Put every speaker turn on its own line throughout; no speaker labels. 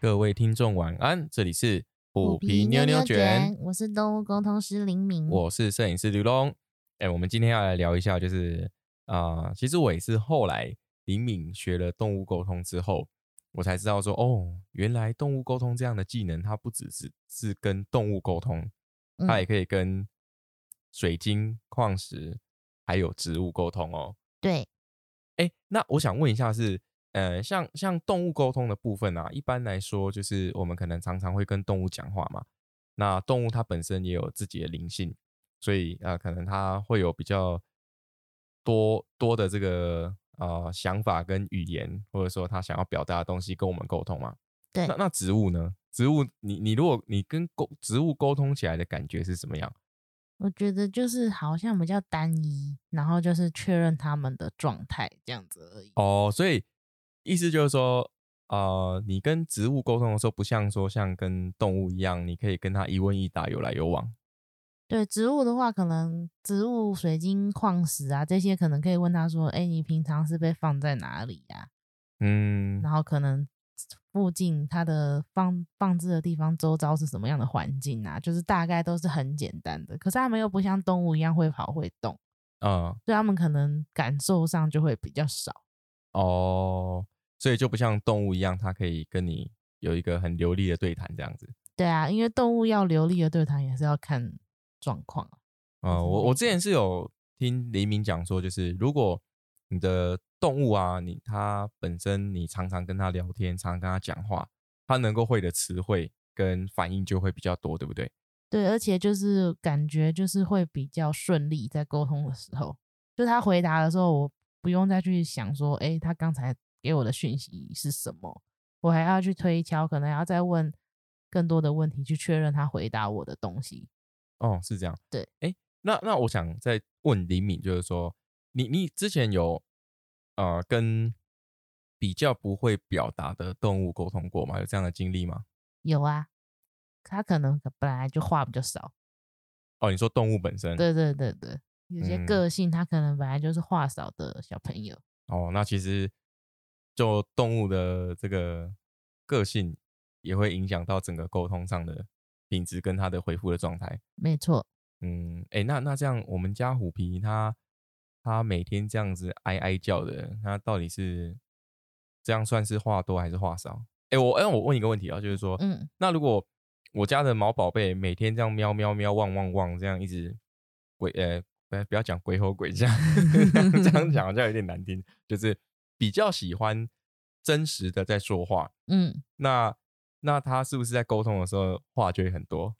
各位听众晚安，这里是
虎
虎
皮
皮
妞
妞
妞
妞卷，
卷，我是动物沟通师林明，
我是摄影师刘龙。哎、我们今天要来聊一下，就是啊、其实我也是后来灵敏学了动物沟通之后，我才知道说，哦，原来动物沟通这样的技能，它不只是是跟动物沟通，它
嗯
也可以跟水晶、矿石还有植物沟通哦。
对，
哎，那我想问一下是，呃，像像动物沟通的部分啊，一般来说就是我们可能常常会跟动物讲话嘛。那动物它本身也有自己的灵性，所以呃，可能它会有比较多多的这个呃想法跟语言，或者说它想要表达的东西跟我们沟通嘛。
对
那那植物呢？植物，你你如果你跟沟植物沟通起来的感觉是什么样？
我觉得就是好像比较单一，然后就是确认他们的状态这样子而已。
哦，所以意思就是说，呃，你跟植物沟通的时候，不像说像跟动物一样，你可以跟它一问一答，有来有往。
对植物的话，可能植物、水晶、矿石啊这些，可能可以问他说：“哎，你平常是被放在哪里呀、
嗯，
然后可能附近它的放放置的地方周遭是什么样的环境啊？就是大概都是很简单的。可是它们又不像动物一样会跑会动，
呃，
所以它们可能感受上就会比较少。
哦，所以就不像动物一样，它可以跟你有一个很流利的对谈这样子。
对啊，因为动物要流利的对谈也是要看状况啊。
呃，
是
我
没
我之
错
前是有听黎明讲说，就是如果你的动物啊，你它本身你常常跟它聊天，常常跟它讲话，它能够会的词汇跟反应就会比较多，对不对？
对，而且就是感觉就是会比较顺利，在沟通的时候，就他回答的时候，我不用再去想说，诶，他刚才给我的讯息是什么，我还要去推敲，可能还要再问更多的问题去确认他回答我的东西。
哦，是这样。
对，
哎，那那我想再问李敏，就是说，你你之前有呃跟比较不会表达的动物沟通过吗？有这样的经历吗？
有啊，他可能本来就话比较少，
哦，你说动物本身，
对对对对，有些
嗯
个性他可能本来就是话少的小朋友。
哦，那其实就动物的这个个性也会影响到整个沟通上的品质跟它的回复的状态。
没错，
嗯，哎，那那这样，我们家虎皮它它每天这样子哀哀叫的，它到底是这样算是话多还是话少？哎，我哎，我问一个问题啊，就是说，
嗯，
那如果我家的毛宝贝每天这样喵喵喵、汪汪汪这样一直鬼呃，不不要讲鬼吼鬼叫， 这样讲好像有点难听，就是比较喜欢真实的在说话，
嗯，
那那它是不是在沟通的时候话就会很多？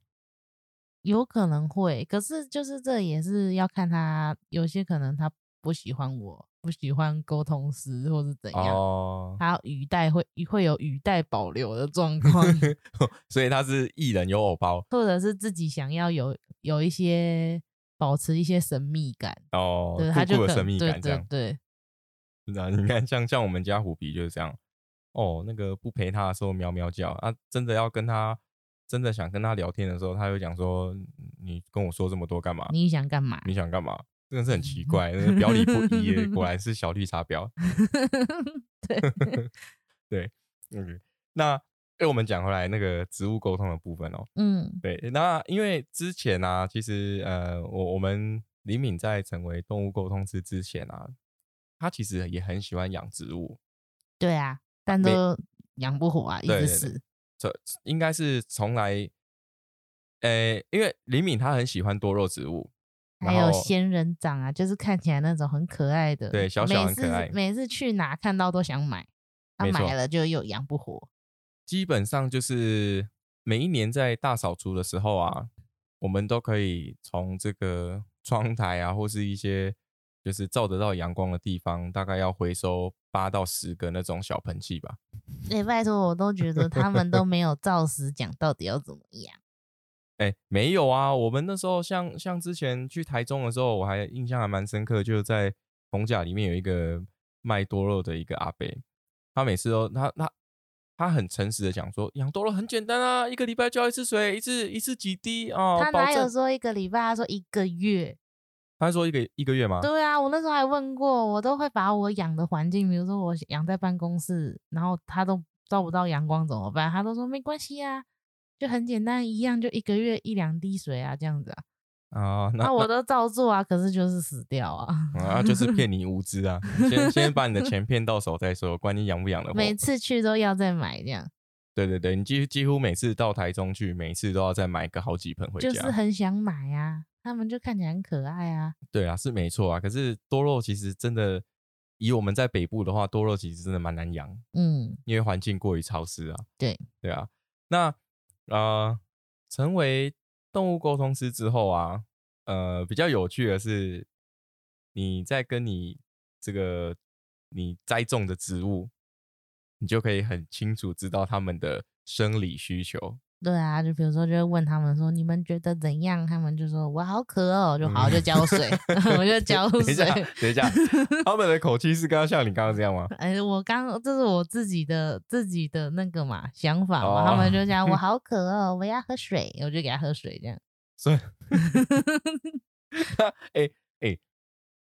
有可能会，可是就是这也是要看他，有些可能他不喜欢我，不喜欢沟通师或是怎样，
哦，
他语带会会有语带保留的状况，
所以他是艺人有偶包
或者是自己想要有有一些保持一些神秘感，
哦，
对，他
酷
就
酷的
可
神
能
秘
对
感这
对
样。
对，
是啊，你看像像我们家虎皮就是这样，哦，那个不陪他的时候喵喵叫啊，真的要跟他真的想跟他聊天的时候，他会讲说嗯你跟我说这么多干嘛？
你想干嘛？
啊你想干嘛？真的是很奇 怪，真的表里不一耶，果然是小绿茶婊。
对，
嗯，那哎，我们讲回来那个植物沟通的部分哦，
嗯
对，那因为之前啊，其实呃，我我们李敏在成为动物沟通师之前啊，他其实也很喜欢养植物，
对啊，但
没
都养不活啊，一
对对
直
对
死，
这应该是从来，呃，因为李敏他很喜欢多肉植物，
还
然
有
后
仙人掌啊，就是看起来那种很可爱的，
对小小
每
很可
次
爱
每次去哪看到都想买，他、
没错
买了就又养不活。
基本上就是每一年在大扫除的时候啊，我们都可以从这个窗台啊，或是一些就是照得到阳光的地方，大概要回收八到十个那种小盆器吧。
对，拜托，我都觉 得他们都没有照实讲到底要怎么样。
哎，没有啊，我们那时候像像之前去台中的时候，我还印象还蛮深刻，就是在红甲里面有一个卖多肉的一个阿伯，他每次都他他他很诚实的讲说，养多肉很简单啊，一个礼拜浇一次水，一次一次几滴哦，
他
保
哪有
证。
说一个礼拜？他说一个月。
他说一个一个月吗？
对啊，我那时候还问过，我都会把我养的环境，比如说我养在办公室，然后他都照不到阳光怎么办？他都说没关系啊，就很简单，一样就一个月一两滴水啊，这样子啊。
啊， 那
那我都照做啊，可是就是死掉啊。
啊就是骗你无知啊，先先把你的钱骗到手再说，管你养不养得活。
每次去都要再买，这样
对对对，你几几乎每次到台中去，每次都要再买个好几盆回家。
就是很想买啊。他们就看起来很可爱啊，
对啊，是没错啊。可是多肉其实真的，以我们在北部的话，多肉其实真的蛮难养，
嗯，
因为环境过于潮湿啊。
对
对啊，那呃，成为动物沟通师之后啊，呃，比较有趣的是，你在跟你这个你栽种的植物，你就可以很清楚知道它们的生理需求。
对啊，就比如说就会问他们说你们觉得怎样，他们就说我好渴哦，就好就浇水， 我就浇
嗯等一下
水。，
等一下，他们的口气是刚刚像你刚刚这样吗？
哎，我刚这是我自己的自己的那个嘛想法嘛，他
哦
们就 讲我好渴哦，我要喝水，我就给他喝水这样。
所 以， 那哎哎，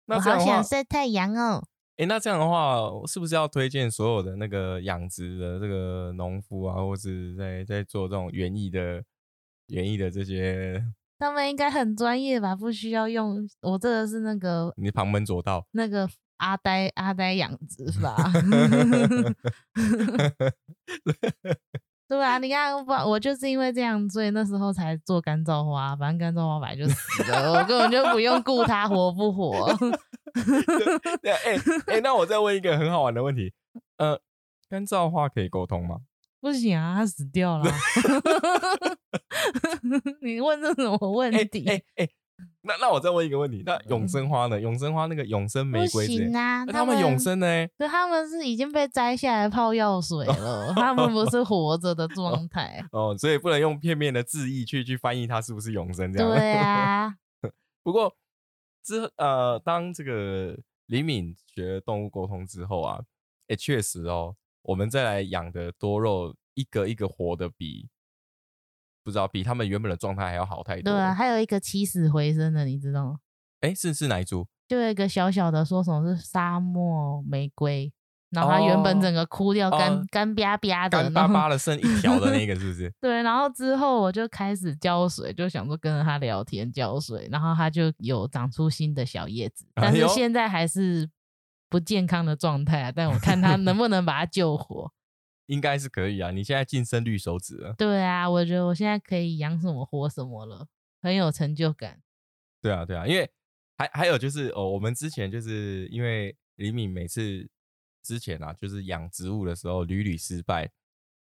那
我
这
好
样的话
想，晒太阳哦。
哎，那这样的话，是不是要推荐所有的那个养殖的这个农夫啊，或是在在做这种园艺的园艺的这些，
他们应该很专业吧？不需要用我这个是那个，
你旁门左道
那个阿呆阿呆养殖法。 对啊，你看，不，我就是因为这样，所以那时候才做干燥花。反正干燥花本来就死了，我根本就不用顾它活不活。
对，哎哎，那我再问一个很好玩的问题，呃，干燥花可以沟通吗？
不行啊，它死掉了啊。 你问这什么问
哎
题？
哎哎，那那我再问一个问题，那永生花呢？永生花那个永生
嗯不
玫瑰之类
行，啊，
那他们永生呢？
对，他们是已经被摘下来泡药 水了，他们不是活着的状态。
哦，所以不能用片面的字义去去翻译它是不是永生这样。
对啊，
不过之后呃，当这个李敏学动物沟通之后啊，也确实哦，我们再来养的多肉一个一个活的比不知道比他们原本的状态还要好太多
对
了。
啊，还有一个起死回生的，你知道吗？
哎，是是哪一株？
就有一个小小的说什么是沙漠玫瑰，然后它原本
哦
整个枯掉干、
哦
干巴巴的，
干巴巴
的。？
的剩一条的那个是不是
对，然后之后我就开始浇水，就想说跟着它聊天浇水，然后它就有长出新的小叶子，但
哎
是
呦
现在还是不健康的状态啊。但我看它能不能把它救活。
应该是可以啊，你现在晋升绿手指了。
对啊，我觉得我现在可以养什么活什么了，很有成就感。
对啊，对啊，因为还还有就是哦，我们之前就是因为李敏每次之前啊，就是养植物的时候屡屡失败，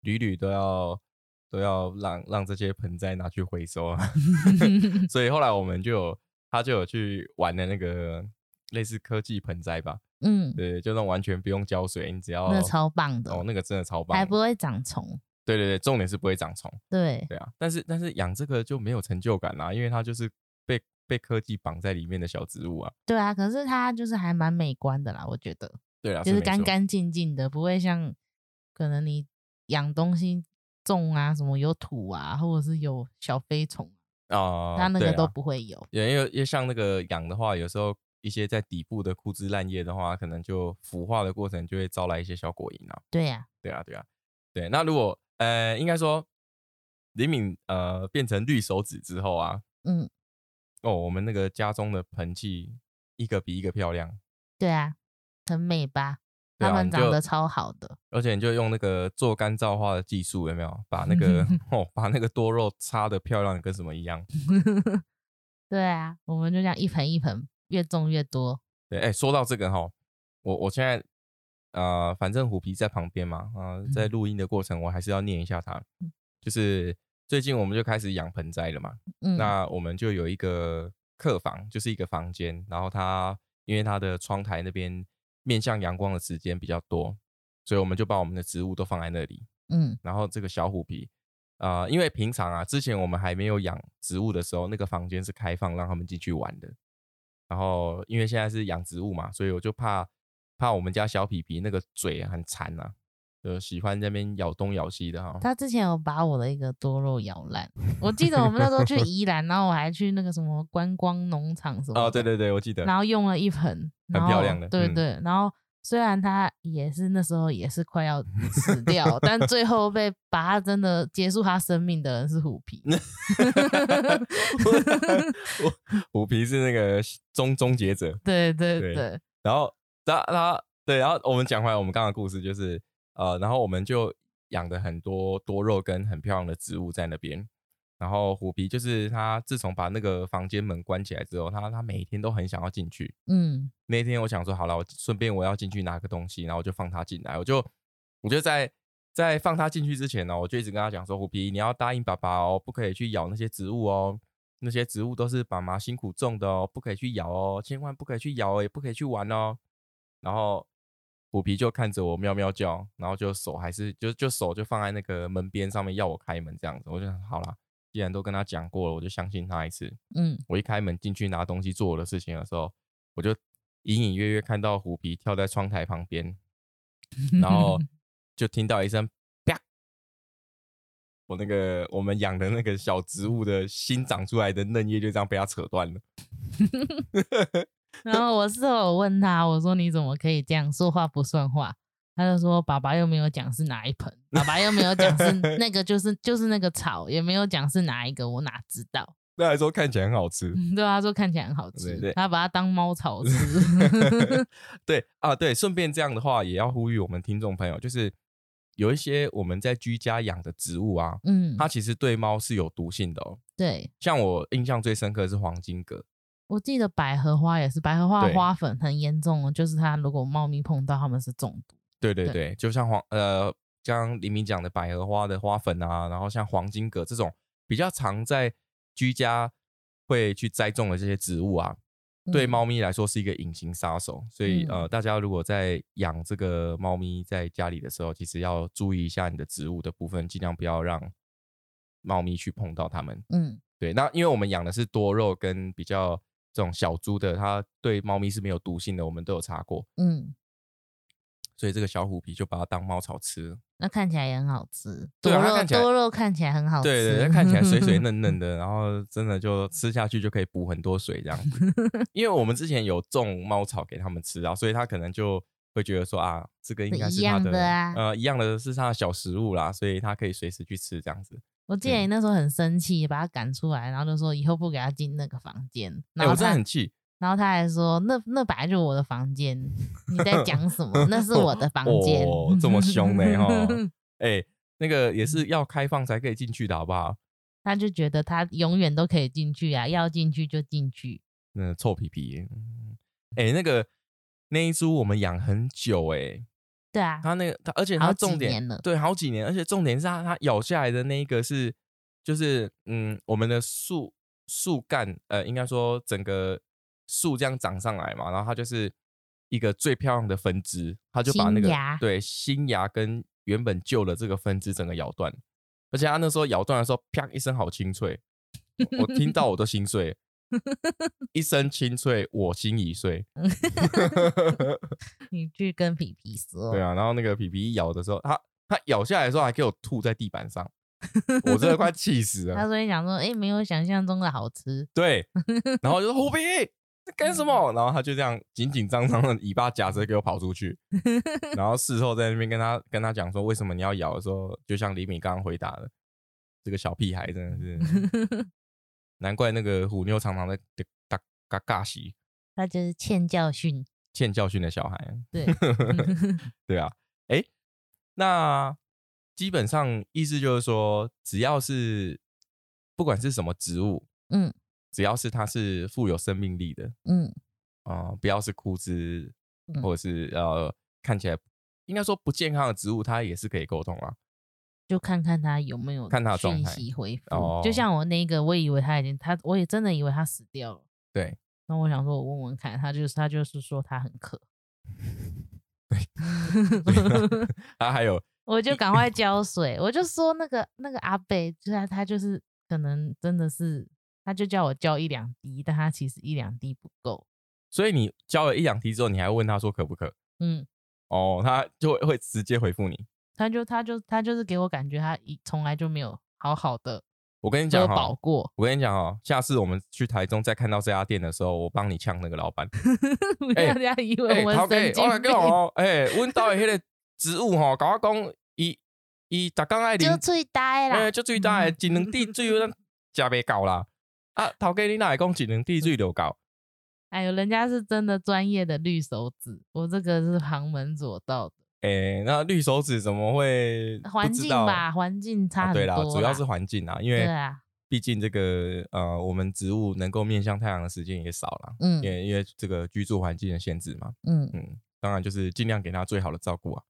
屡屡都要都要让让这些盆栽拿去回收啊， 所以后来我们就有他就有去玩的那个类似科技盆栽吧，
嗯，
对，就那种完全不用浇水，你只要
那超棒的，
哦，那个真的超棒
还
的，
不会长虫。
对对对，重点是不会长虫，
对，
对啊，但是但是养这个就没有成就感啦、因为它就是被被科技绑在里面的小植物啊。
对啊，可是它就是还蛮美观的啦，我觉得，
对啊，
就是
没
干
错
干净净的，不会像可能你养东西种啊，什么有土啊，或者是有小飞虫，
啊，
它那
对
个都
啊
不会有。
也因为因为像那个养的话，有时候一些在底部的枯枝烂叶的话，可能就腐化的过程就会招来一些小果蝇啊。
对呀、
对啊，对啊，对。那如果呃，应该说李敏呃变成绿手指之后啊，
嗯，
哦，我们那个家中的盆器一个比一个漂亮，
对啊，很美吧？
对啊
它们
你
长
就
得超好的。
而且你就用那个做干燥花的技术，有没有把那 个哦把那个多肉插的漂亮得跟什么一样？
对啊，我们就这样一盆一盆，越种越多。
对，哎、说到这个哈，我我现在呃，反正虎皮在旁边嘛，啊、在录音的过程，我还是要念一下它。就是最近我们就开始养盆栽了嘛，
嗯，
那我们就有一个客房，就是一个房间，然后它因为它的窗台那边面向阳光的时间比较多，所以我们就把我们的植物都放在那里。
嗯
然后这个小虎皮，啊，因为平常啊，之前我们还没有养植物的时候，那个房间是开放让他们进去玩的。然后因为现在是养植物嘛，所以我就怕怕我们家小皮皮那个嘴很馋啊，就喜欢在那边咬东咬西的哈、
他之前有把我的一个多肉咬烂，我记得我们那时 候去宜兰，然后我还去那个什么观光农场什么的
哦，对对对，我记得。
然后用了一盆，
很
然
漂
后
亮的
对
嗯
对，然后虽然他也是那时候也是快要死掉，但最 后被把他真的结束他生命的人是虎皮。
虎皮是那个终终结者，
对对
对
对
然后他他对，然后我们讲回来我们刚刚的故事，就是呃，然后我们就养的很多多肉跟很漂亮的植物在那边。然后虎皮就是他，自从把那个房间门关起来之后，他他每天都很想要进去。
嗯
那天我想说，好了，我顺便我要进去拿个东西，然后我就放他进来。我就我就在在放他进去之前呢、我就一直跟他讲说，虎皮你要答应爸爸哦，不可以去咬那些植物哦，那些植物都是爸妈辛苦种的哦，不可以去咬哦，千万不可以去咬哦，也不可以去玩哦。然后虎皮就看着我喵喵叫，然后就手还是就就手就放在那个门边上面要我开门这样子。我就想好啦，既然都跟他讲过了，我就相信他一次。
嗯，
我一开门进去拿东西做我的事情的时候，我就隐隐约约看到虎皮跳在窗台旁边，然后就听到一声啪，我那个我们养的那个小植物的新长出来的嫩叶就这样被它扯断了。
然后我是有问他，我说你怎么可以这样说话不算话？他就说爸爸又没有讲是哪一盆，爸爸又没有 讲是那个就是就是那个草，也没有讲是哪一个，我哪知道？
对他来说看起来很好吃。
嗯对啊，他说看起来很好吃，
对对
他把它当猫 草吃。
对啊，对，顺便这样的话，也要呼吁我们听众朋友，就是有一些我们在居家养的植物啊，
嗯，
它其实对猫是有毒性的哦。
对，
像我印象最深刻的是黄金葛，
我记得百合花也是，百合花的
对
花粉很严重哦，就是它如果猫咪碰到，它们是中毒。
对对对，
对
就像黄呃，刚刚黎明讲的百合花的花粉啊，然后像黄金葛这种比较常在居家会去栽种的这些植物啊，对
嗯
猫咪来说是一个隐形杀手，所以、
嗯
呃，大家如果在养这个猫咪在家里的时候，其实要注意一下你的植物的部分，尽量不要让猫咪去碰到它们。
嗯
对，那因为我们养的是多肉跟比较这种小猪的，它对猫咪是没有毒性的，我们都有查过，
嗯，
所以这个小虎皮就把它当猫草吃。
那看起来也很好吃，
对
多
啊它
肉
看起来
多肉看起来很好吃，
对对，它看起来水水嫩嫩的，然后真的就吃下去就可以补很多水这样。因为我们之前有种猫草给它们吃啊，所以它可能就会觉得说啊，这个应该是它
一样的啊
呃一样的是它的小食物啦，所以它可以随时去吃这样子。
我记得
对
你那时候很生气，把他赶出来，然后就说以后不给他进那个房间。
哎、
然后
我真
他，
的很气，
然后他还说那那本来就是我的房间，你在讲什么？那是我的房间。
哦这么凶呢齁哎、那个也
嗯
是要开放才可以进去的好不好？
他就觉得他永远都可以进去啊，要进去就进去。
那臭皮皮，哎、那个那一株我们养很久哎、
对啊，
它那个它，而且
好
它
几
重点
年了
对好几年，而且重点是它它咬下来的那一个是就是嗯我们的树树干呃应该说整个树这样长上来嘛，然后它就是一个最漂亮的分支，它就把那
新
个
芽
对新芽跟原本旧的这个分支整个咬断，而且它那时候咬断的时候啪一声好清脆，我我听到我都心 碎了。一声清脆，我心已 碎。
你去跟皮皮说。
对啊，然后那个皮皮一咬的时候，它它咬下来的时候还给我吐在地板上，我真的快气死
他
了。
所以想说，哎、没有想象中的好吃。
对，然后我就说虎皮在干什么？然后他就这样紧紧张张的尾巴夹着给我跑出去，然后事后在那边跟他跟他讲说为什么你要咬的时候，就像李敏刚刚回答的，这个小屁孩真的是，难怪那个虎妞常常在嘎嘎嘎洗
他就是欠教训。
欠教训的小孩。
对，
对啊，哎，那基本上意思就是说，只要是不管是什么植物，
嗯，
只要是它是富有生命力的
嗯
啊、不要是枯枝
嗯
或者是呃看起来应该说不健康的植物，它也是可以沟通啊。
就看看他有没有
看他的状
讯
态
息回复。
哦
就像我那个，我以为他已经他，我也真的以为他死掉了。
对，
那我想说，我问问看，他就是他就是说他很 渴，
它还有
我就赶快浇水。我就说那个那个阿贝，就是他他就是可能真的是，他就叫我浇一两滴，但他其实一两滴不够。
所以你教了一两题之后，你还问他说渴不渴？
嗯，
哦，他就会会直接回复你。
他就他就他就是给我感觉他一从来就没有好好的
我跟你
喝
讲哈
饱，过，
我跟你讲哦，下次我们去台中再看到这家店的时候，我帮你呛那个老板。
不要大家以为
哎，
我们
头家
神
我
经
来
病
讲， 哦，哎， 阮兜的迄个植物吼，甲我讲，伊伊逐工爱
就
啉，
最呆
哎，
啦。
足水大的一两滴水，咱食袂到啦。啊，头家你哪会讲一两滴水就到？
哎呦，人家是真的专业的绿手指，我这个是旁门左道的。
哎，那绿手指怎么会不
环
知
境
道
吧，环境差
啊
很
对啦，
多
主要
啦
是环境啊，因
对
为
啊，
毕竟这个呃，我们植物能够面向太阳的时间也少啦，
嗯
因为因为这个居住环境的限制嘛，
嗯，
嗯，当然就是尽量给它最好的照顾啊，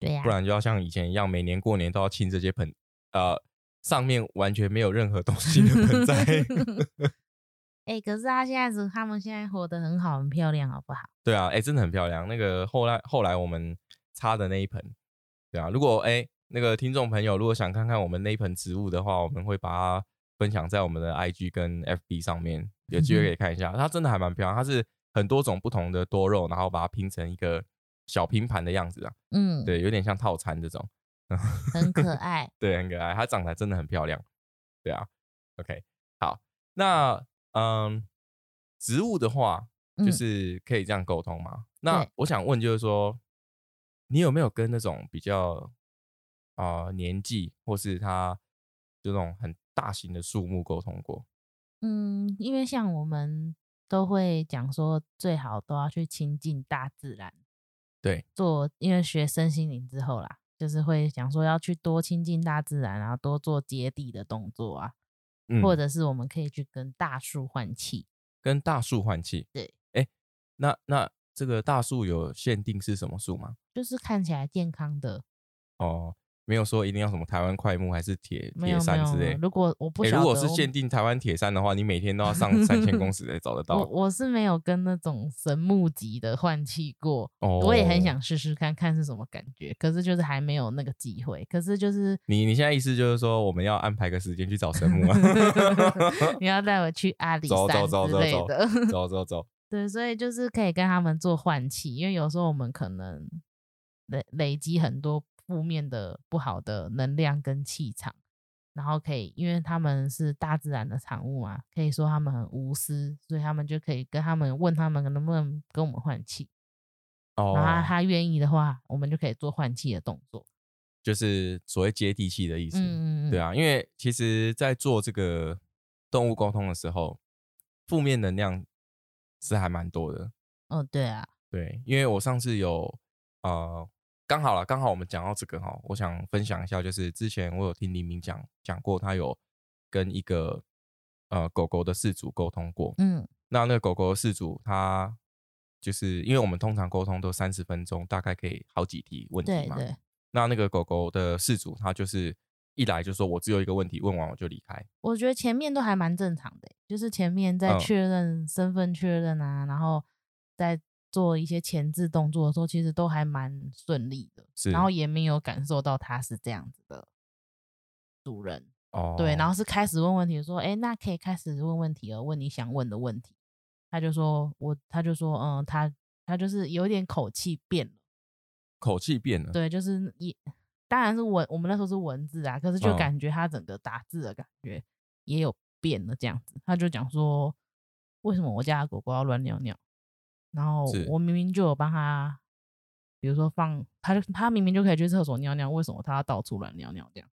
对呀
不，然就要像以前一样，每年过年都要清这些盆，呃，上面完全没有任何东西的盆栽。
哎，可是他现在是他们现在活得很好，很漂亮，好不好？
对啊，哎、真的很漂亮。那个后来后来我们插的那一盆，对啊，如果哎、那个听众朋友如果想看看我们那一盆植物的话，我们会把它分享在我们的 IG 跟 FB 上面，有机会可以看一下。它真的还蛮漂亮，它是很多种不同的多肉，然后把它拼成一个小拼盘的样子啊，
嗯，
对，有点像套餐这种，
很可爱。
对，很可爱。它长得真的很漂亮，对啊。OK，好，那嗯，植物的话，就
嗯
是可以这样沟通吗？那
对
我想问，就是说，你有没有跟那种比较啊、呃年纪，或是他就那种很大型的树木沟通过？
嗯，因为像我们都会讲说，最好都要去亲近大自然。
对，
做因为学身心灵之后啦，就是会想说要去多亲近大自然，然后多做接地的动作啊，
嗯
或者是我们可以去跟大树换气。
跟大树换气？
对，
哎、那那这个大树有限定是什么树吗？
就是看起来健康的，
哦，没有说一定要什么台湾快木还是铁
没
铁
有没
杉
有
之
没
类
有。。如果我不
诶
晓得
如
我，
果是限定台湾铁杉的话，你每天都要 上三千公尺才找得到
我。我是没有跟那种神木级的换气过，
哦，
我也很。想试试看看是什么感觉，可是就是还没有那个机会。可 是就是
你你现在意思就是说，我们要安排个时间去找神木啊？
你要带我去阿里
走
山
走走
之
走
类
走
的，
走走 走，
对，所以就是可以跟他们做换气，因为有时候我们可能累累积很多负面的不好的能量跟气场，然后可以，因为他们是大自然的产物嘛，可以说他们很无私，所以他们就可以跟他们问他们能不能跟我们换气，
哦
然后他他愿意的话，我们就可以做换气的动作。
就是所谓接地气的意思。
嗯嗯嗯，
对，啊，因为其实，在做这个动物沟通的时候，负面能量是还蛮多的。
哦对啊，
对，因为我上次有呃，刚好了，刚好我们讲到这个哈，我想分享一下，就是之前我有听黎明讲讲过，他有跟一个呃狗狗的饲主沟通过，
嗯
那那个狗狗的饲主他就是因为我们通常沟通都三十分钟，大概可以好几题问题
对
嘛。
对，
那那个狗狗的事主，他就是一来就说我只有一个问题，问完我就离开。
我觉得前面都还蛮正常的欸，就是前面在
嗯
确认身份确认啊，然后在做一些前置动作的时候，其实都还蛮顺利的，
是
然后也没有感受到他是这样子的主人，
哦，
对，然
后
后是开始问问题，说，哎，那可以开始问问题了，问你想问的问题。他就说，我他就说，嗯，他他就是有点口气变了，
口气变了，
对，就是也当然是文，我们那时候是文字啊，可是就
嗯
感觉他整个打字的感觉也有变了这样子。他就讲说，为什么我家的狗狗要乱尿尿？然后
是
我明明就有帮他，比如说放，他就他明明就可以去厕所尿尿，为什么他要到处乱尿尿这样？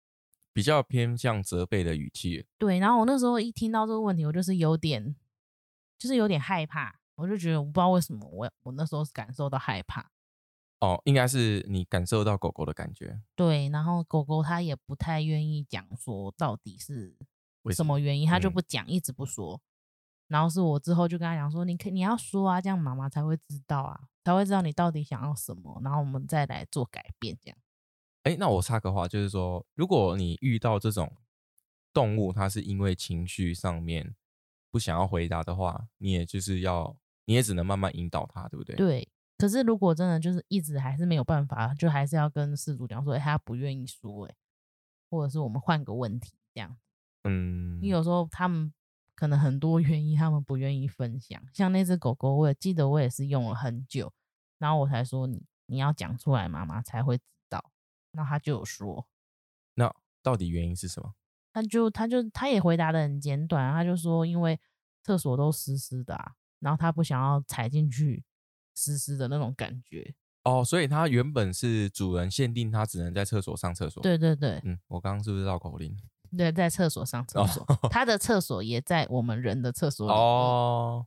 比较偏向责备的语气。
对，然后我那时候一听到这个问题，我就是有点，就是有点害怕，我就觉得我不知道为什么我我那时候感受到害怕。
哦，应该是你感受到狗狗的感觉，
对，然后狗狗它也不太愿意讲说到底是
为什
什么原因，它就
嗯
不讲，一直不说。然后是我之后就跟他讲说，你可你要说啊，这样妈妈才会知道啊，才会知道你到底想要什么，然后我们再来做改变，这样。
哎，那我插个话，就是说，如果你遇到这种动物，它是因为情绪上面不想要回答的话，你也就是要，你也只能慢慢引导它，对不对？
对。可是如果真的就是一直还是没有办法，就还是要跟事主讲说，哎、他不愿意说、哎，或者是我们换个问题这样。
嗯，
因为有时候他们可能很多原因，他们不愿意分享。像那只狗狗，我也记得我也是用了很久，然后我才说你你要讲出来，妈妈才会知道。然后他就有说，
那到底原因是什么？
他就他就他也回答的很简短，啊他就说因为厕所都湿湿的啊，然后他不想要踩进去湿湿的那种感觉。
哦，所以它原本是主人限定它只能在厕所上厕所。，
对对对
嗯，我刚刚是不是绕口令？
对，在厕所上厕所，他的厕所也在我们人的厕所里面。
哦，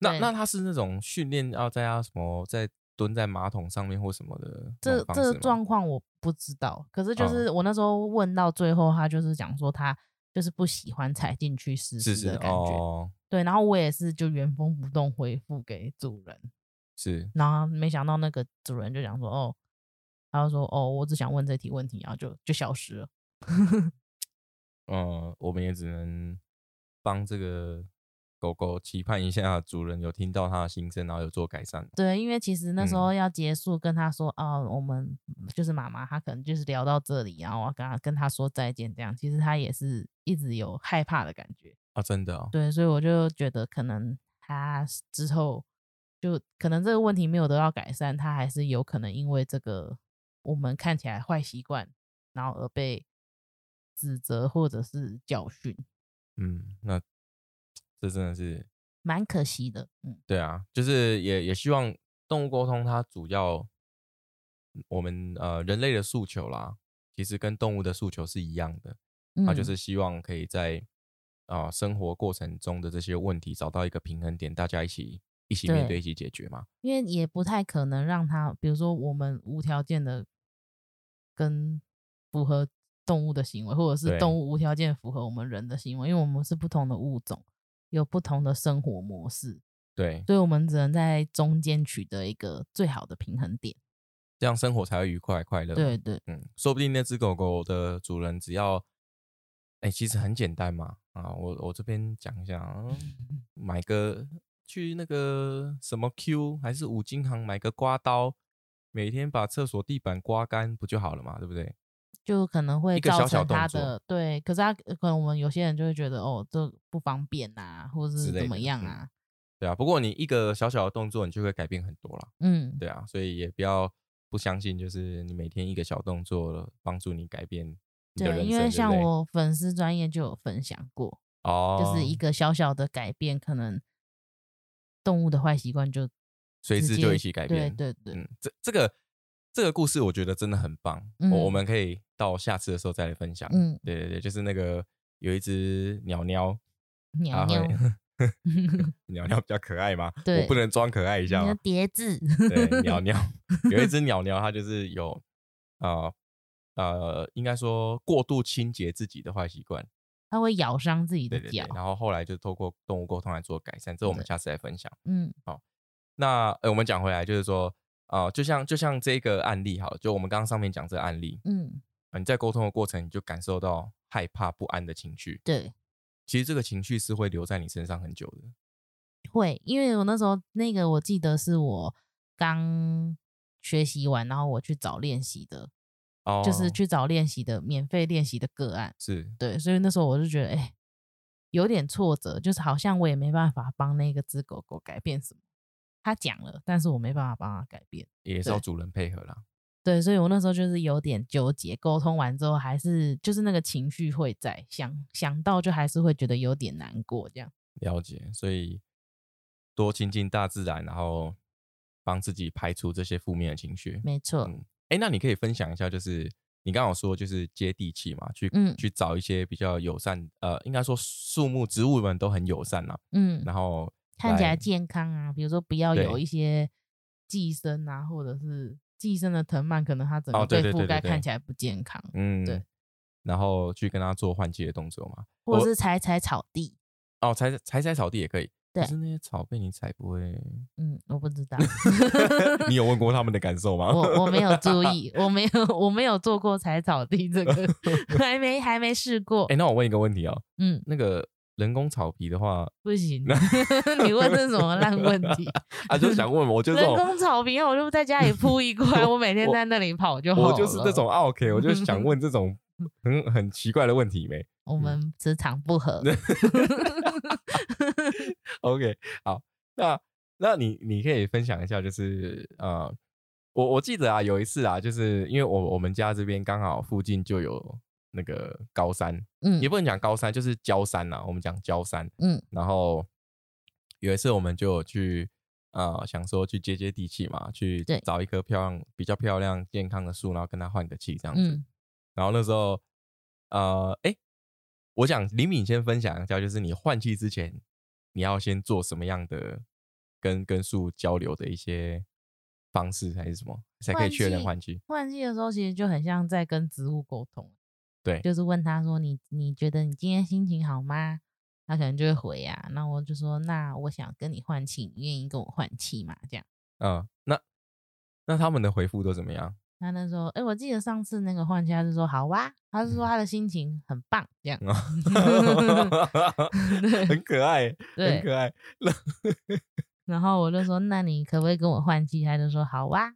那
嗯对
那它是那种训练要在它什么在蹲在马桶上面或什么的那
这
种方
这
式吗
状况我不知道，可是就
嗯
是我那时候问到最后，他就是讲说他就是不喜欢踩进去湿
是
湿
是
的感觉，
哦，
对，然后我也是就原封不动回复给主人，
是
然后没想到那个主人就讲说哦，他就说哦，我只想问这题问题，然后就就消失了，
嗯，我们也只能帮这个狗狗期盼一下，主人有听到它的心声，然后有做改善。
对，因为其实那时
嗯
候要结束，跟他说、哦，我们就是妈妈，她可能就是聊到这里，然后我要跟她跟她说再见，这样其实她也是一直有害怕的感觉。
啊，真的、哦，
对，所以我就觉得可能他是之后就可能这个问题没有得到改善，他还是有可能因为这个我们看起来坏习惯，然后而被指责或者是教训，
嗯，那这真的是
蛮可惜的。嗯，
对啊，就是也也希望动物沟通，它主要我们呃人类的诉求啦，其实跟动物的诉求是一样的，它啊就
嗯
是希望可以在啊、呃生活过程中的这些问题找到一个平衡点，大家一起一起面对，
对
一起解决嘛。
因为也不太可能让他，比如说我们无条件的跟符合动物的行为，或者
对
是动物无条件符合我们人的行为，因为我们是不同的物种，有不同的生活模式。
对，
所以我们只能在中间取得一个最好的平衡点。
这样生活才会愉快快乐。
对，对，
嗯，说不定那只狗狗的主人只要，哎、其实很简单嘛，啊，我我这边讲一下， 啊，买个去那个什么 Q 还是五金行买个刮刀，每天把厕所地板刮干不就好了嘛，对不对？
就可能会
一个小
造
小
成他
动作
的对，可是他呃可能我们有些人就会觉得哦，这不方便啊，或
之
是
类
怎么
的
样
嗯
啊，
对啊，不过你一个小小的动作，你就会改变很多啦。
嗯，
对啊，所以也不要不相信，就是你每天一个小动作帮助你改变你的人
对，
生，
因为
不
像
对
我粉丝专业就有分享过，
哦，
就是一个小小的改变，可能动物的坏习惯就
随
直
之就
接
一起改
对
变，
对对，
嗯，这这个这个故事我觉得真的很棒，我我
嗯
们可以到下次的时候再来分享。
嗯，
对对对，就是那个有一只鸟鸟，它
鸟嗯鸟
啊 会， 鸟鸟比较可爱嘛，我
对
不能装可爱一下
你 的
嘛。
叠字，
对，鸟鸟有一只鸟鸟，它就是有呃呃，应该说过度清洁自己的坏习惯，
它会咬伤自己的
对对
脚
对，，然后后来就透过动物沟通来做改善，这我们
对
下次来分享。
嗯
那呃，我们讲回来就是说，啊、就像就像这个案例好了，就我们刚刚上面讲这个案例，
嗯，
呃你在沟通的过程，你就感受到害怕、不安的情绪。
对。
其实这个情绪是会留在你身上很久的。
会，因为我那时候那个我记得是我刚学习完，然后我去找练习的，
哦，
就是去找练习的免费练习的个案。
是
对，所以那时候我就觉得，哎、有点挫折，就是好像我也没办法帮那个只狗狗改变什么。他讲了，但是我没办法帮他改变。
也是要
对
主人配合啦。
对，所以我那时候就是有点纠结。沟通完之后，还是就是那个情绪会在，想想到就还是会觉得有点难过这样。
了解，所以多亲近大自然，然后帮自己排除这些负面的情绪。
没错，
嗯哎，那你可以分享一下，就是你刚刚有说就是接地气嘛，去、
嗯
去找一些比较友善，呃，应该说树木植物们都很友善啦，
嗯
然后
看起来
来
健康啊，比如说不要有
对
一些寄生啊，或者是寄生的藤蔓，可能它整
哦
个
对
被
对对
覆
对
盖看
对
起来不健康，
嗯
对，
然后去跟它做换气的动作嘛。
或
我
者是踩踩草地。
哦，踩踩踩草地也可以，可
对
是那些草被你踩不会。
嗯，我 不知道，
你有问过他们的感受吗？
我我没有注意，我没有我没有做过踩草地 这个，还没还没试过
哎、。那我问一个问题哦，
嗯，
那个人工草皮的话，
不行， 你问这是什么烂问题？
啊，就是想问我， 我就是这
人
种，
工草坪，啊我就在家里铺一块，我每天
我
在那里跑就好了。
我就是这种啊 OK，我就 想问这种很很奇怪的问题没
我们磁场不 合。
？OK，好，那那你你可以分享一下，就是呃，我我记得啊，有一次啊，就是因为我我们家这边刚好附近就有那个高三，
嗯
也不能讲高三，就是交三呐、我们讲交三，
嗯，
然后有一次我们就有去呃想说去接接地气嘛，去
对
找一棵漂亮、比较漂亮、健康的树，然后跟它换个气这样子。
嗯
然后那时候呃，哎，我想李敏先分享一下，就是你换气之前，你要先做什么样的跟跟树交流的一些方式还是什么，才可以
换
确认
气
换气？
换季的时候其实就很像在跟植物沟通，
对
就是问他说你你觉得你今天心情好吗？他可能就会回呀、啊，那我就说那我想跟你换气，你愿意跟我换气吗？这样。
嗯，那那他们的回复都怎么样？
他那时候，哎、我记得上次那个换气，他就说好哇，他是说他的心情很棒，这
嗯
样。
很可 爱，很
对，
可爱。
然后我就说，那你可不可以跟我换气？他就说好哇，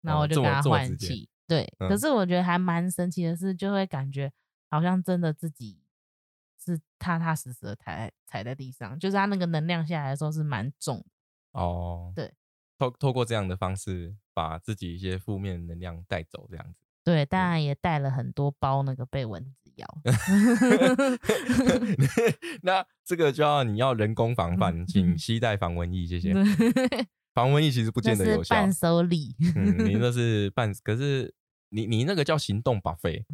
然
哦
后我就
这
跟
么
他
这么
换
直接
气。对，
嗯
可是我觉得还蛮神奇的是，就会感觉好像真的自己是踏踏实实的踩在踩在地上，就是他那个能量下来的时候是蛮重的。
哦，
对，
透透过这样的方式，把自己一些负面能量带走，这样子。
对，
嗯
当然也带了很多包那个被蚊子 咬。
那这个就要你要人工防
嗯
范，请携带防蚊液，谢谢。防蚊液其实不
这
见得
是
有效，
伴手礼，
嗯，你那是半，可是你你那个叫行动把费，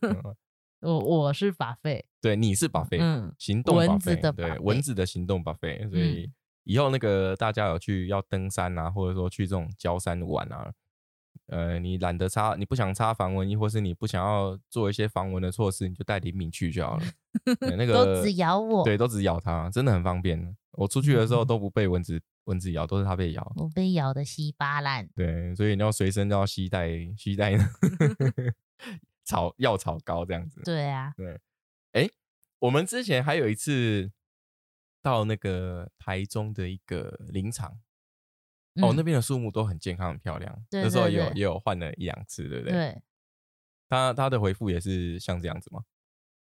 嗯
我我是法费，
对，你是把费，
嗯，
行动
蚊
把
子
费，
的嗯
对
把
蚊
费
子的行动把费，所以以后那个大家有去要登山啊，或者说去这种郊山玩啊，呃，你懒得擦，你不想擦防蚊衣，或是你不想要做一些防蚊的措施，你就带灵敏去就好了。对那个
都只咬我，
对，都只咬它，真的很方便。我出去的 时候都不被蚊子蚊子咬，都是它被咬。
我被咬的稀巴烂。
对，所以你要随身都要携带携带 草药草膏这样子。
对啊，
我们之前还有一次到那个台中的一个林场，哦，
嗯
那边的树木都很健康、很漂亮。
对
那时候
对
也有
对
也有换了一两次，对不对？
对，
他他的回复也是像这样子嘛。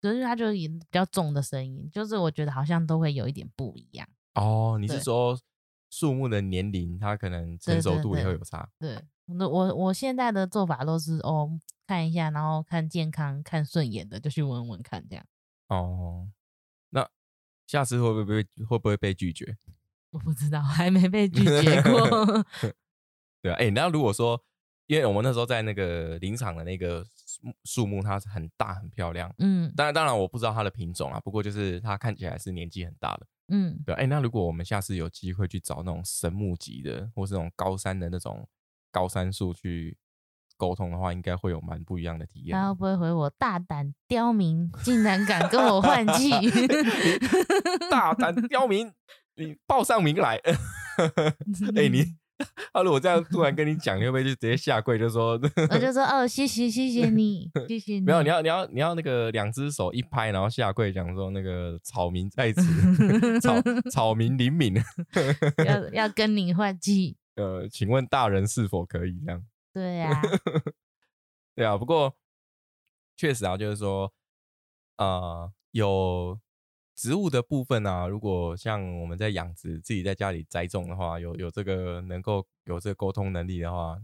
所以它就以比较重的声音，就是我觉得好像都会有一点不一样。
哦，你是
对
说树木的年龄，它可能成
对
熟
对
度也
对
会有差？
对，那我我现在的做法都是哦，看一下，然后看健康、看顺眼的就去闻闻看，这样
哦，那下次会不会被会不会被拒绝？
我不知道， 还没被拒绝 过。
对啊，哎、那如果说，因为我们那时候在那个林场的那个树树木，它是很大很漂亮。
嗯
当然，当然我不知道它的品种啊，不过就是它看起来是年纪很大的。
嗯，
对啊，哎、那如果我们下次有机会去找那种神木级的，或是那种高山的那种高山树去沟通的话，应该会有蛮不一样的体验
他
的。
会不会回我大胆刁民，竟然敢跟我换 气？
大胆刁民，你报上名来！哎、你 他如果这样突然跟你讲，你会不会就直接下跪就说？
我就说哦，谢谢谢谢你，谢谢 你。
没有，你要你要你要那个两只手一拍，然后下跪讲说那个草民在此， 草草民灵敏，
要要跟你换气。
呃，请问大人是否可以这样？
对啊，
对啊，不过确实啊，就是说，呃，有植物的部分啊，如果像我们在养殖自己在家里栽种的话，有有这个能够有这个沟通能力的话，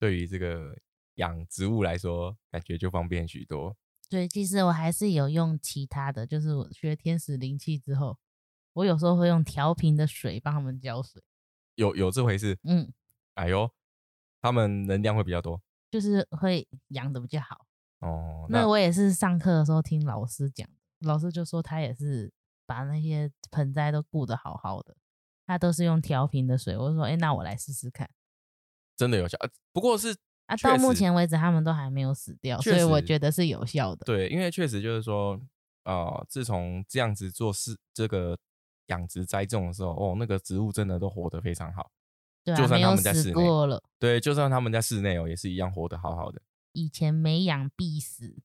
对于这个养植物来说，感觉就方便许多。
对，其实我还是有用其他的，就是我学天使灵气之后，我有时候会用调频的水帮他们浇水。
有有这回事，
嗯，
哎呦，他们能量会比较多。
就是会养的比较好。
哦，
那我也是上课的时候听老师讲，老师就说他也是把那些盆栽都顾得好好的，他都是用调频的水。我就说，哎、那我来试试看。
真的有效。呃不过是
啊，
确
到目
实
前为止他们都还没有死掉，
确
所以我
实
觉得是有效的。
对，因为确实就是说，呃，自从这样子做事，这个养殖栽种的时候，哦，那个植物真的都活得非常好。
对、啊，
就算
没
他
有
们在室
死
内
过了。
对，就算他们在室内哦，也是一样活得好好的。
以前没养 必死，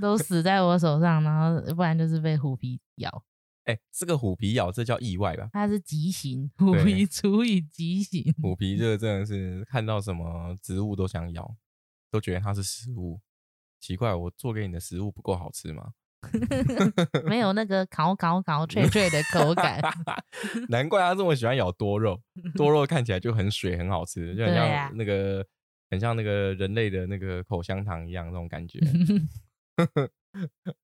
都死在我手上，然后不然就是被虎皮咬。
哎，这个虎皮咬，这叫意外吧？
它是极刑，虎
对
皮除以 极刑。
虎皮这个真的是看到什么植物都想咬，都觉得它是食物。奇怪，我做给你的食物不够好吃吗？
没有那个烤烤烤 脆脆的口感。
难怪他这么喜欢咬多肉，多肉看起来就很水，很好吃，就很
对
像
啊
那个很像那个人类的那个口香糖一样那种感 觉。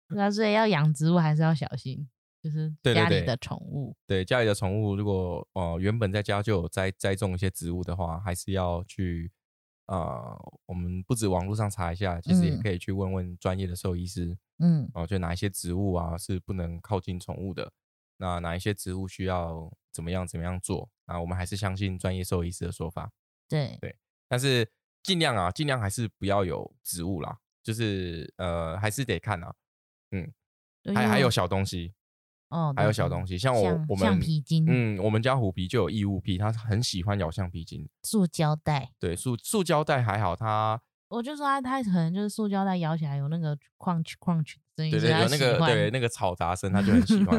对啊，所以要养植物还是要小心，就是
对对
家里
对
的宠物。
对家里的宠物，如果呃原本在家就有栽栽种一些植物的话，还是要去呃，我们不止网络上查一下，其实也
嗯
可以去问问专业的兽医师
嗯
哦、就哪一些植物啊是不能靠近宠物的，那哪一些植物需要怎么样怎么样做啊？我们还是相信专业兽医师的说法，
对，
但是尽量啊，尽量还是不要有植物啦，就是呃还是得看啊，
对
还
因为
还有
我
小东西，
哦，
还有小东
西，
西，像我
橡
我们
橡皮筋、
嗯，我们家虎皮就有异物癖，它很喜欢咬橡皮筋。
塑胶袋，
对，塑塑胶袋还好，它
我就说它啊它可能就是塑胶袋咬起来有那个 crunch crunch 的声音，
对对
所以它
有那个
喜欢
对那个吵杂声，它就很喜 欢。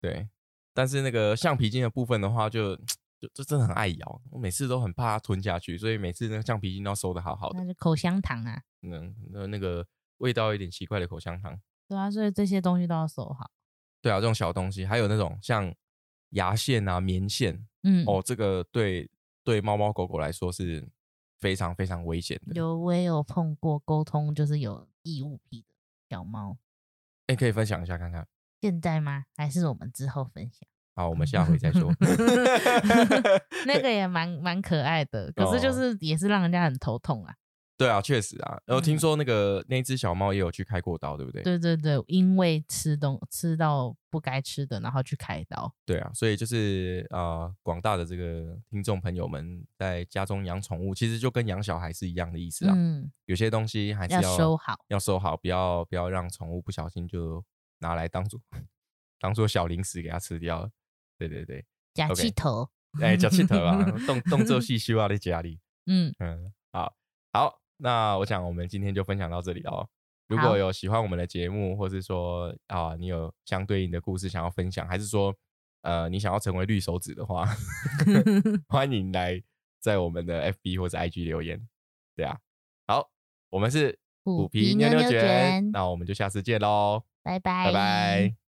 对，但是那个橡皮筋的部分的话就，就就真的很爱咬，我每次都很怕它吞下去，所以每次那个橡皮筋都要收的好好的，
那就口香糖啊，
嗯，那那个味道有点奇怪的口香糖。
对啊，所以这些东西都要收好。
对啊，这种小东西，还有那种像牙线啊、棉线
嗯，
哦，这个对对猫猫狗狗来说是非常非常危险的。
有我也有碰过沟通就是有异物癖的小猫，
哎、可以分享一下看看。
现在吗？还是我们之后分享？
好，我们下回再 说。
那个也蛮蛮可爱的，可是就
哦
是也是让人家很头痛啊。
对啊，确实啊。然后听
嗯
说那个那只小猫也有去开过刀，对不对？
对对对，因为吃东吃到不该吃的，然后去开刀。
对啊，所以就是呃，广大的这个听众朋友们，在家中养宠物，其实就跟养小孩是一样的意思啊。
嗯，
有些东西还是
要
要
收好，
要收好，不要不要让宠物不小心就拿来当做当做小零食给它吃掉了。对对对，
假
OK
气头。
哎，脚气头啊，动动作细修啊，在家里。
嗯，
嗯，好，好，那我想我们今天就分享到这里哦。如
好
果有喜欢我们的节目，或是说啊，你有相对应的故事想要分享，还是说呃，你想要成为绿手指的 话， 欢迎来在我们的 FB 或是 IG 留言。对啊，好，我们是
虎
虎
皮
皮
妞
妞
妞
卷
卷，
那我们就下次见喽，
拜拜，
拜拜。